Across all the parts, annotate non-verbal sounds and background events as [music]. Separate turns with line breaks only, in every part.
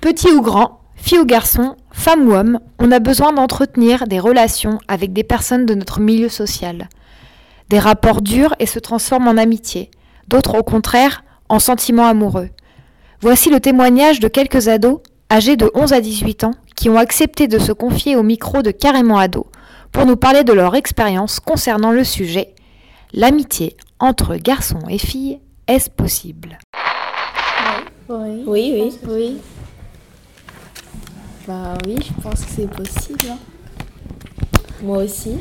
Petit ou grand, fille ou garçon, femme ou homme, on a besoin d'entretenir des relations avec des personnes de notre milieu social. Des rapports durs et se transforment en amitié, d'autres au contraire en sentiments amoureux. Voici le témoignage de quelques ados âgés de 11 à 18 ans qui ont accepté de se confier au micro de Carrément Ado pour nous parler de leur expérience concernant le sujet L'amitié entre garçons et filles, est-ce possible
Oui,
Oui, oui.
oui. Bah oui, je pense que c'est possible. hein.
Moi
[laughs]
aussi.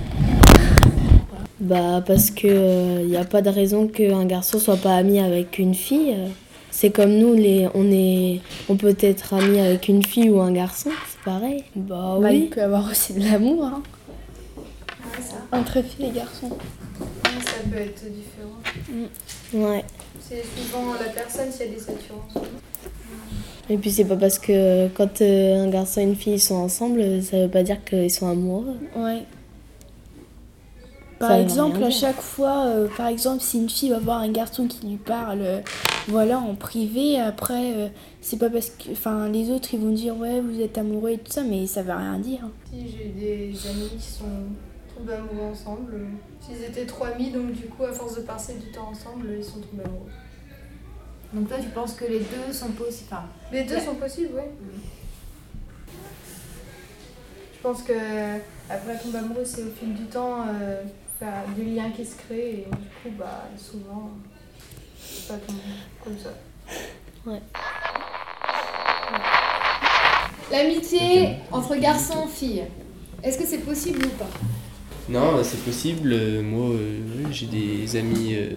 Bah parce que il n'y a pas de raison qu'un garçon soit pas ami avec une fille. euh. C'est comme nous, les, on est, on peut être ami avec une fille ou un garçon, c'est pareil. Bah
Bah, Il
oui.
peut y avoir aussi de l'amour. hein. Entre filles et garçons. Mm.
Ça peut être différent.
Ouais.
C'est souvent la personne s'il y a des attirances.
Et puis c'est pas parce que quand euh, un garçon et une fille sont ensemble, ça veut pas dire qu'ils sont amoureux.
Ouais.
Ça
Par
veut
exemple,
rien
à
dire.
chaque fois, euh, par exemple, si une fille va voir un garçon qui lui parle, euh, voilà, en privé, après, euh, c'est pas parce que, enfin, les autres, ils vont dire, ouais, vous êtes amoureux et tout ça, mais ça veut rien dire.
Si j'ai des amis qui sont tombés amoureux ensemble, euh, s'ils étaient trois amis, donc du coup, à force de passer du temps ensemble, ils sont tombés amoureux.
Donc toi, tu penses que les deux sont possibles. Enfin,
Les deux
Ouais.
sont possibles, oui. Je pense que après tomber amoureux, c'est au fil du temps euh, ça- des liens qui se créent et du coup, bah, souvent, ça tombe comme ça.
Ouais.
l'amitié entre garçons et filles, est-ce que c'est possible ou pas
Non, bah, c'est possible. euh, Moi, euh, j'ai des amis euh,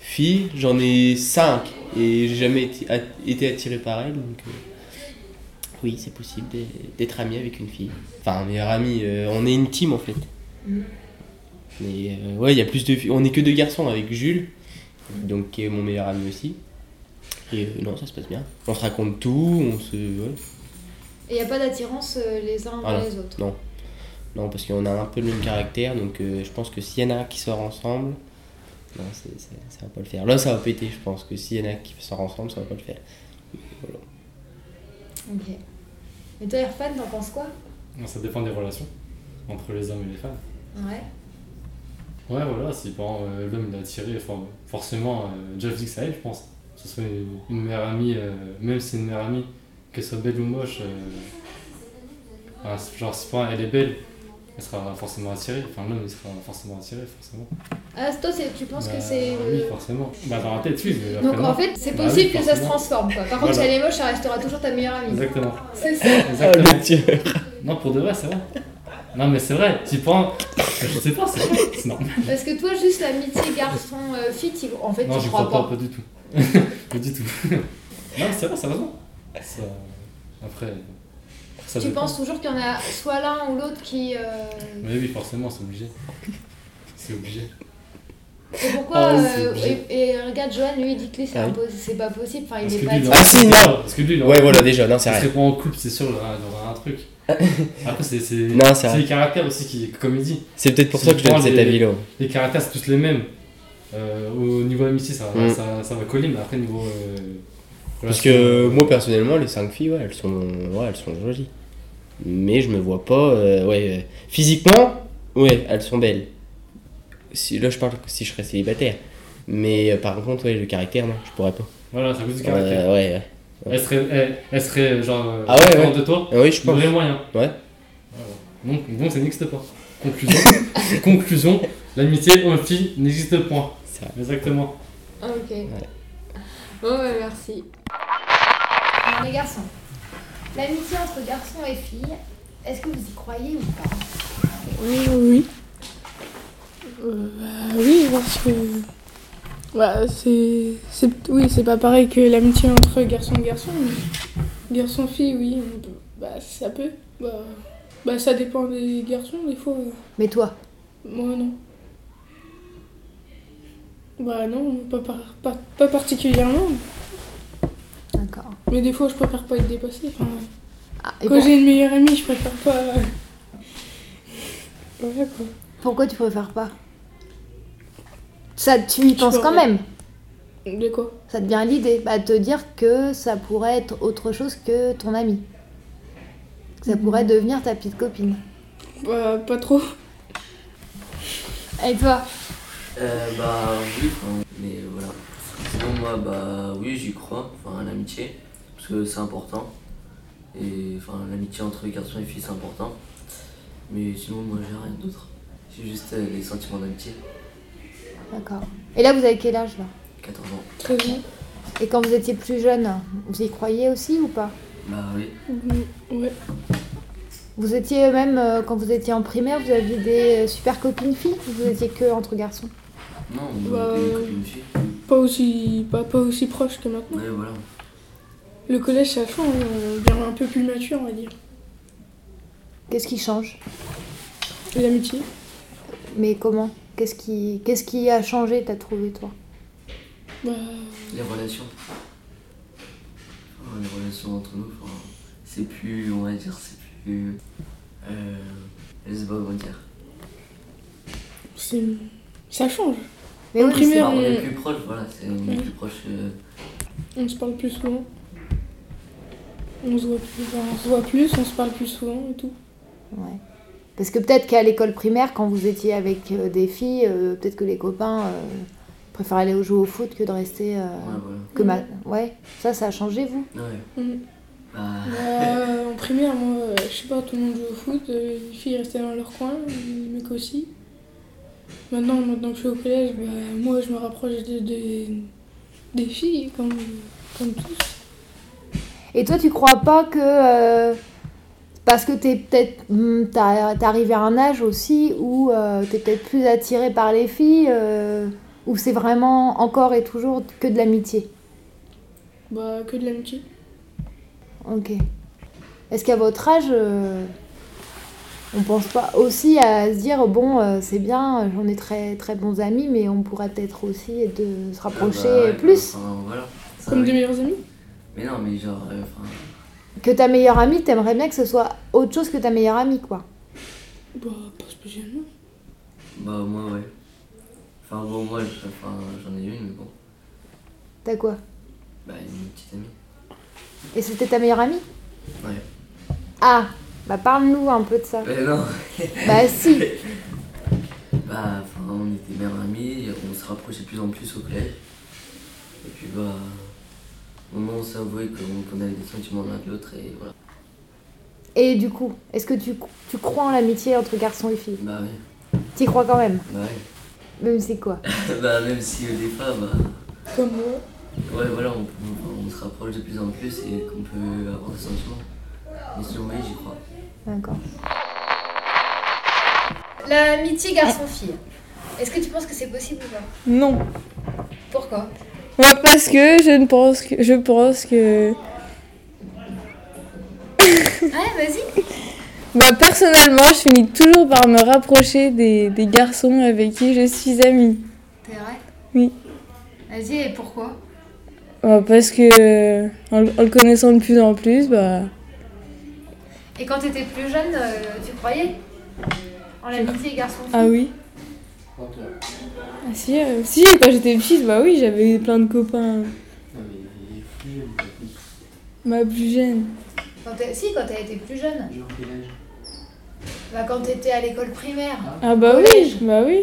filles, j'en ai 5 et j'ai jamais été, at- été attiré par elles. Donc, euh, oui, c'est possible d'être- d'être ami avec une fille. Enfin, meilleur ami, euh, on est une team en fait. Mais euh, ouais, il y a plus de filles. On est que deux garçons avec Jules, donc qui est mon meilleur ami aussi. Et euh, non, ça se passe bien. On se raconte tout, on se. ouais.
Et il n'y a pas d'attirance euh, les uns
Ah
envers
non.
les autres.
Non. Non, parce qu'on a un peu le même caractère, donc euh, je pense que s'il y en a un qui sort ensemble, non, c'est- c'est- ça va pas le faire. Là, ça va péter, je pense que s'il y en a un qui sort ensemble, ça va pas le faire.
Ok. Mais toi, Irfan, t'en penses quoi
Bon, Ça dépend des relations entre les hommes et les femmes.
Ouais.
Ouais, voilà, si par exemple, euh, l'homme il est attiré, enfin, forcément, euh, déjà physique ça aide, je pense. Que ce soit une, une meilleure amie, euh, même si c'est une meilleure amie, qu'elle soit belle ou moche, euh, enfin, c'est- genre si par exemple, elle est belle, elle sera forcément attirée, enfin l'homme il sera forcément attiré, forcément.
Ah, toi, c'est- tu penses que
Bah,
c'est...
Oui,
euh,
forcément. Bah dans la tête, oui, mais après,
Donc en
non.
fait, c'est
Bah oui,
possible que ça se
forcément.
transforme. Quoi. Par contre, si
Voilà.
elle est moche, ça restera toujours ta meilleure amie.
Exactement.
C'est ça.
Exactement.
Dieu
non, pour de vrai, c'est vrai. Non, mais c'est vrai, tu prends. Je sais pas, c'est vrai, c'est normal.
Parce que toi, juste l'amitié garçon-fille, en fait,
Non,
tu
je
crois,
crois pas,
pas.
pas du tout. [laughs] pas du tout. non, c'est vrai, sérieusement. Ça... Après. Ça
Tu
dépend.
penses toujours qu'il y en a soit l'un ou l'autre qui. euh,
Mais oui, forcément, c'est obligé. C'est obligé. Ah,
Et pourquoi.
Oh,
euh,
c'est obligé.
et, et regarde, Johan, lui, il dit que lui, c'est
Ah oui.
impos- c'est pas possible. Enfin, il
Parce
est
que
pas.
lui, il
Ah, si,
il
non.
aura- Parce que lui, il aura-
Ouais, voilà, déjà, non, c'est
Il
rien.
serait pas en couple, c'est sûr, il aura, il aura un
[laughs]
truc. Après, c'est. c'est-
Non, c'est vrai.
les caractères aussi, qui, comme il dit.
C'est peut-être pour ça que je donne cet avis-là.
Les caractères, c'est tous les mêmes. Euh, au niveau amitié, ça,
Mm.
ça, ça va coller, mais après, niveau. euh,
Parce
relation-
que moi, personnellement, les 5 filles, ouais, elles sont, ouais, elles sont jolies. Mais je me vois pas. euh, ouais, euh, physiquement, ouais, elles sont belles. Si, là, je parle que si je serais célibataire. Mais euh, par contre, ouais, le caractère, non, je pourrais pas.
Voilà, ça cause du
Euh,
caractère.
ouais, ouais.
Elle serait, elle, elle serait genre. euh,
Ah ouais,
différente
ouais.
de toi.
Ah oui, je
Pas
pense.
vrai moyen.
Ouais.
Voilà. Donc, bon, ça n'existe pas.
[laughs]
Conclusion. Conclusion. L'amitié homme-fille n'existe point.
C'est vrai.
Exactement.
Ah, ok. Bon, bah, merci. Alors, les garçons. L'amitié entre garçons et filles, est-ce que vous y croyez ou pas
Oui, oui. Euh, bah oui, parce que. Bah, c'est. c'est- Oui, c'est pas pareil que l'amitié entre garçon et garçon. mais Garçon-fille, oui. on peut- Bah, ça peut. Bah, bah, ça dépend des garçons, des fois. euh,
Mais toi
Moi, non. Bah, non, pas, par- pas, pas particulièrement.
D'accord.
Mais des fois, je préfère pas être dépassée. enfin,
Ah, et
quand
pour-
j'ai une meilleure amie, je préfère pas. Voilà quoi.
pourquoi tu préfères pas Ça, tu y penses
peux
quand
rien.
même
De quoi
Ça te vient l'idée bah, Te dire que ça pourrait être autre chose que ton ami. Que Ça pourrait devenir ta petite copine.
Bah, pas trop.
Et toi
Euh, bah oui, enfin, mais voilà. Sinon moi bah oui j'y crois, enfin à l'amitié, parce que c'est important. Et enfin l'amitié entre garçons et filles c'est important. Mais sinon moi j'ai rien d'autre. J'ai juste euh, les sentiments d'amitié.
D'accord. Et là, vous avez quel âge là
14 ans.
Très bien.
Et quand vous étiez plus jeune, vous y croyez aussi ou pas
Bah oui.
Mm, Ouais.
Vous étiez même, euh, quand vous étiez en primaire, vous aviez des euh, super copines filles ou Vous étiez que entre garçons
Non, on
Bah,
était
euh,
copines filles.
Pas aussi, pas, pas aussi proche que maintenant.
Ouais voilà.
Le collège, ça change, on devient un peu plus mature, on va dire.
Qu'est-ce qui change
L'amitié.
Mais comment Qu'est-ce qui, qu'est-ce qui a changé, t'as trouvé toi
Bah,
Les relations. Enfin, les relations entre nous, enfin, c'est plus, on va dire, c'est plus. Euh, je sais pas comment dire.
c'est. Ça change.
Mais
En
oui,
primaire,
Bah, on est
on-
plus proche, voilà, c'est, on est plus proche. euh,
On se parle plus souvent. On se voit plus, enfin, on se voit plus, on se parle plus souvent et tout.
Ouais. Parce que peut-être qu'à l'école primaire, quand vous étiez avec euh, des filles, euh, peut-être que les copains euh, préféraient aller jouer au foot que de rester. euh,
ouais, voilà.
que ma- ouais. Ça, ça a changé vous
Ouais.
Mhm.
Ah.
Bah,
Bah, en primaire, moi, euh, je sais pas, tout le monde jouait au foot, euh, les filles restaient dans leur coin, les mecs aussi. Maintenant, maintenant que je suis au collège, bah, moi, je me rapproche de, de- des filles, comme, comme tous.
Et toi, tu crois pas que. euh, parce que t'es peut-être. hum, T'as t'es arrivé à un âge aussi où euh, t'es peut-être plus attiré par les filles, euh, où c'est vraiment encore et toujours que de l'amitié.
Bah, que de l'amitié.
Ok. Est-ce qu'à votre âge. euh, on pense pas aussi à se dire bon euh, c'est bien j'en ai très très bons amis mais on pourrait peut-être aussi de se rapprocher
bah, ouais,
plus
enfin, voilà. Ça,
Comme
oui.
des meilleurs amis.
Mais non, mais genre, euh, enfin,
que ta meilleure amie t'aimerais bien que ce soit autre chose que ta meilleure amie quoi
Bah, pas spécialement.
bah, moi, ouais. Enfin, bon, moi, je- enfin, j'en ai une, mais bon,
t'as quoi
bah, une petite amie.
et c'était ta meilleure amie
Ouais.
Ah, bah parle-nous un peu de ça.
Mais Euh, non,
[laughs] Bah si.
bah, enfin, on était meilleurs amis, on se rapprochait de plus en plus au collège. Et puis, bah, au moment où on s'avouait qu'on qu'on avait des sentiments l'un de l'autre, et voilà.
Et du coup, est-ce que tu, tu crois en l'amitié entre garçons et filles
Bah, ouais,
T'y crois quand même,
bah, ouais. [laughs]
même si quoi
bah, même si au départ, bah,
Comme moi.
ouais, voilà, on, on- on se rapproche de plus en plus et qu'on peut avoir des sentiments. Mais sinon, oui, j'y crois.
D'accord.
L'amitié
Eh.
garçon-fille. Est-ce que tu penses que c'est possible ou pas
Non.
Pourquoi
[laughs] Moi, parce que je ne pense que. Je pense que.
Ouais, vas-y.
Bah, personnellement, je finis toujours par me rapprocher des, des garçons avec qui je suis amie.
C'est vrai
Oui.
Vas-y, et pourquoi
Bah, parce que. euh, En, le- en le connaissant de plus en plus, bah.
Et quand t'étais plus jeune, euh, tu croyais En l'amitié garçon-fille
Ah oui. Ah si, euh, si, quand j'étais petite, bah oui, j'avais plein de copains. Ma plus jeune.
Quand t'es- Si, quand t'as été plus jeune. Bah, quand t'étais à l'école primaire.
Ah bah oui,
Collège.
bah oui.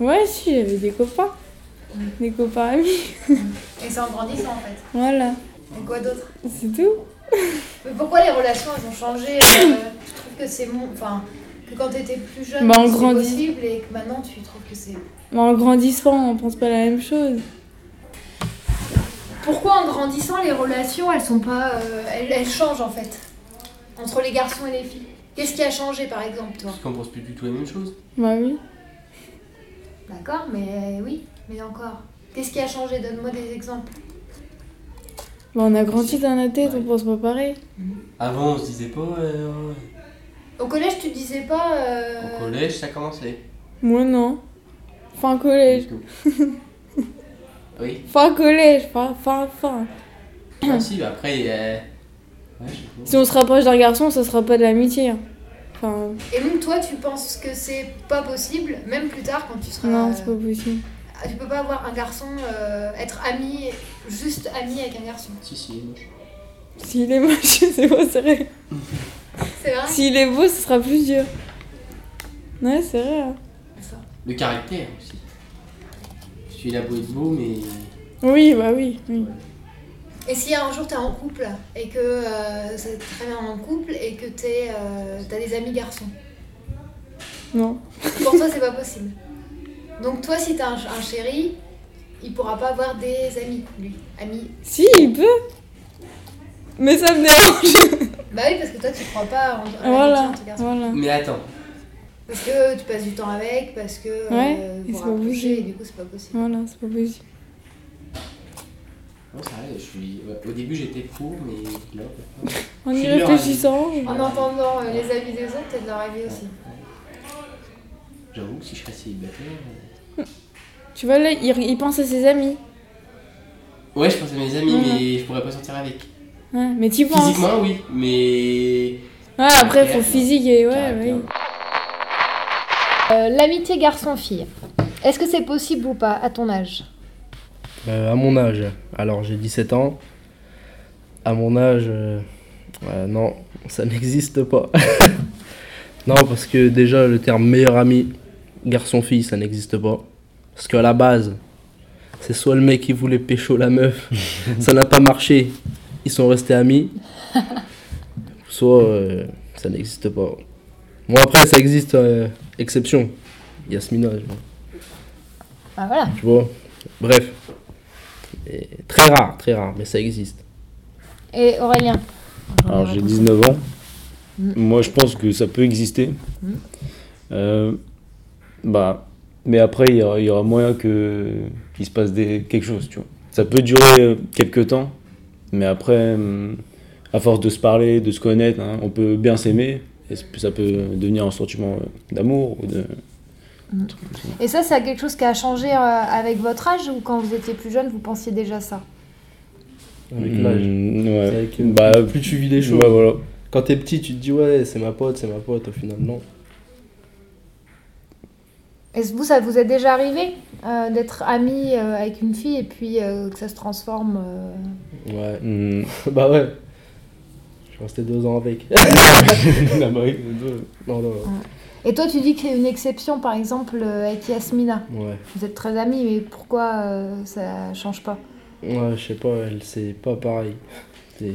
Ouais, si, j'avais des copains. Des copains amis. [laughs]
Et c'est en grandissant, en fait.
Voilà,
Et quoi d'autre
c'est tout.
Mais pourquoi les relations, elles ont changé euh, Tu trouves que c'est mon... Enfin, que quand t'étais plus jeune,
Bah, on
c'est
grandit.
possible et que maintenant, tu trouves que c'est...
Mais Bah, en grandissant, on pense pas la même chose.
Pourquoi en grandissant, les relations, elles sont pas... euh, elles, elles changent, en fait. Entre les garçons et les filles. Qu'est-ce qui a changé, par exemple, toi
Parce qu'on pense plus du tout la même chose.
Bah oui.
D'accord, mais oui, mais encore. Qu'est-ce qui a changé Donne-moi des exemples.
Bah on a grandi dans la tête, on pense pas pareil.
Avant, on se disait pas, euh,
Au collège, tu disais pas... euh,
au collège, ça commençait.
Moi non. Fin collège. [coughs]
oui.
Fin collège, fin, fin, fin.
Ah, si, bah, après, euh, ouais, je sais
Si on se rapproche d'un garçon, ça sera pas de l'amitié. hein. Enfin,
Et donc toi, tu penses que c'est pas possible, même plus tard quand tu seras...
non, c'est pas possible.
Ah, Tu peux pas avoir un garçon, euh, être ami, juste ami avec un garçon.
Si, si, moche.
S'il est moche, [laughs] c'est pas sérieux.
C'est vrai
S'il est beau, ce sera plus dur. Ouais, c'est vrai. hein.
Le caractère aussi. Celui là beau être beau, mais.
Oui, bah oui. oui.
Et si un jour t'es en couple et que euh, c'est très bien en couple et que t'es, euh, t'as des amis garçons,
Non.
pour toi c'est pas possible. Donc toi si t'as un, ch- un chéri, il pourra pas avoir des amis lui, amis.
Si, il peut. Mais ça me dérange.
[laughs] Bah oui parce que toi tu crois pas en, en l'amitié
voilà,
entre garçons.
voilà.
Mais attends,
Parce que tu passes du temps avec, parce que euh,
Ouais, ils
vous
sont
rapprochez,
obligés.
et du coup c'est pas possible.
Voilà, c'est pas possible.
non, ça je suis. ouais, Au début j'étais pour, mais là.
En
Je
y
suis leur Ah
réfléchissant, je-
En entendant euh, les avis des autres, peut-être leur avis aussi.
J'avoue que si je serais célibataire. euh,
tu vois, là, il, il pense à ses amis.
Ouais, je pense à mes amis,
Mhm.
mais je pourrais pas sortir avec.
Ouais, mais tu penses.
Physiquement, oui, mais.
Ouais, après, faut
Caractère.
physique et ouais,
Caractère.
ouais.
Euh, L'amitié garçon-fille, est-ce que c'est possible ou pas à ton âge
Euh, à mon âge, alors j'ai 17 ans. À mon âge, euh, euh, non, ça [laughs] n'existe pas. non, parce que déjà, le terme meilleur ami, garçon-fille, ça n'existe pas. Parce qu'à la base, c'est soit le mec qui voulait pécho la meuf, ça n'a pas marché, ils sont restés amis. Soit euh, ça n'existe pas. Bon, après, ça existe, euh, exception. Yasmina,
Ah voilà.
tu vois. Bref. Et très rare, très rare, mais ça existe.
Et Aurélien
Alors j'ai 19 ans. Moi je pense que ça peut exister. Euh, bah, mais après il y aura, il y aura moyen que qu'il se passe des, quelque chose, tu vois. Ça peut durer euh, quelques temps, mais après, hum, à force de se parler, de se connaître, hein, on peut bien s'aimer. Et ça peut- ça peut devenir un sentiment euh, d'amour ou de,
Et ça, c'est quelque chose qui a changé euh, avec votre âge ou quand vous étiez plus jeune, vous pensiez déjà ça
Avec l'âge.
Mm, ouais.
C'est avec, euh,
Bah,
plus tu vis les choses.
Ouais, voilà.
Quand t'es petit, tu te dis ouais, c'est ma pote, c'est ma pote. Au final, non.
Est-ce que vous, ça vous est déjà arrivé euh, d'être ami euh, avec une fille et puis euh, que ça se transforme euh,
Ouais.
Mm.
[laughs] bah ouais. Je suis resté deux
[laughs]
ans avec.
Non, bah oui.
non, non.
Et toi, tu dis qu'il y a une exception, par exemple, euh, avec Yasmina.
Ouais.
Vous êtes très amis, mais pourquoi euh, ça change pas
Ouais, je sais pas. Elle, c'est pas pareil. C'est,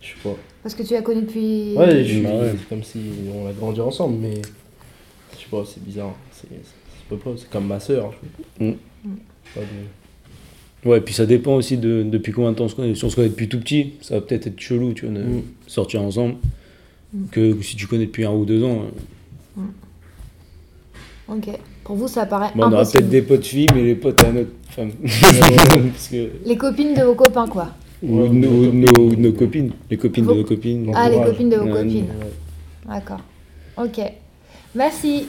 je sais pas.
Parce que tu l'as connue depuis...
Ouais, je suis.
Bah ouais.
C'est comme si on a grandi ensemble, mais je sais pas. C'est bizarre. C'est, c'est, c'est pas possible. C'est comme ma sœur. hein, je-
Mm.
Pas de-
Ouais, puis ça dépend aussi de depuis combien de temps on se connaît. Si on se connaît depuis tout petit, ça va peut-être être chelou, tu vois, de
Mm.
sortir ensemble. Que si tu connais depuis un ou deux ans, euh,
Ah, Ok. Pour vous, ça paraît
bah, on aura
impossible.
peut-être des potes filles, mais les potes à notre femme. [laughs] Parce que,
Les copines de vos copains, quoi.
ou
Ouais,
de nos,
nos
ou de nos- ou
copines.
de nos copines, les copines
Vos-
de nos copines.
Ah, les
Entourage.
copines de vos
Ouais,
copines.
Ouais.
D'accord. Ok. Merci.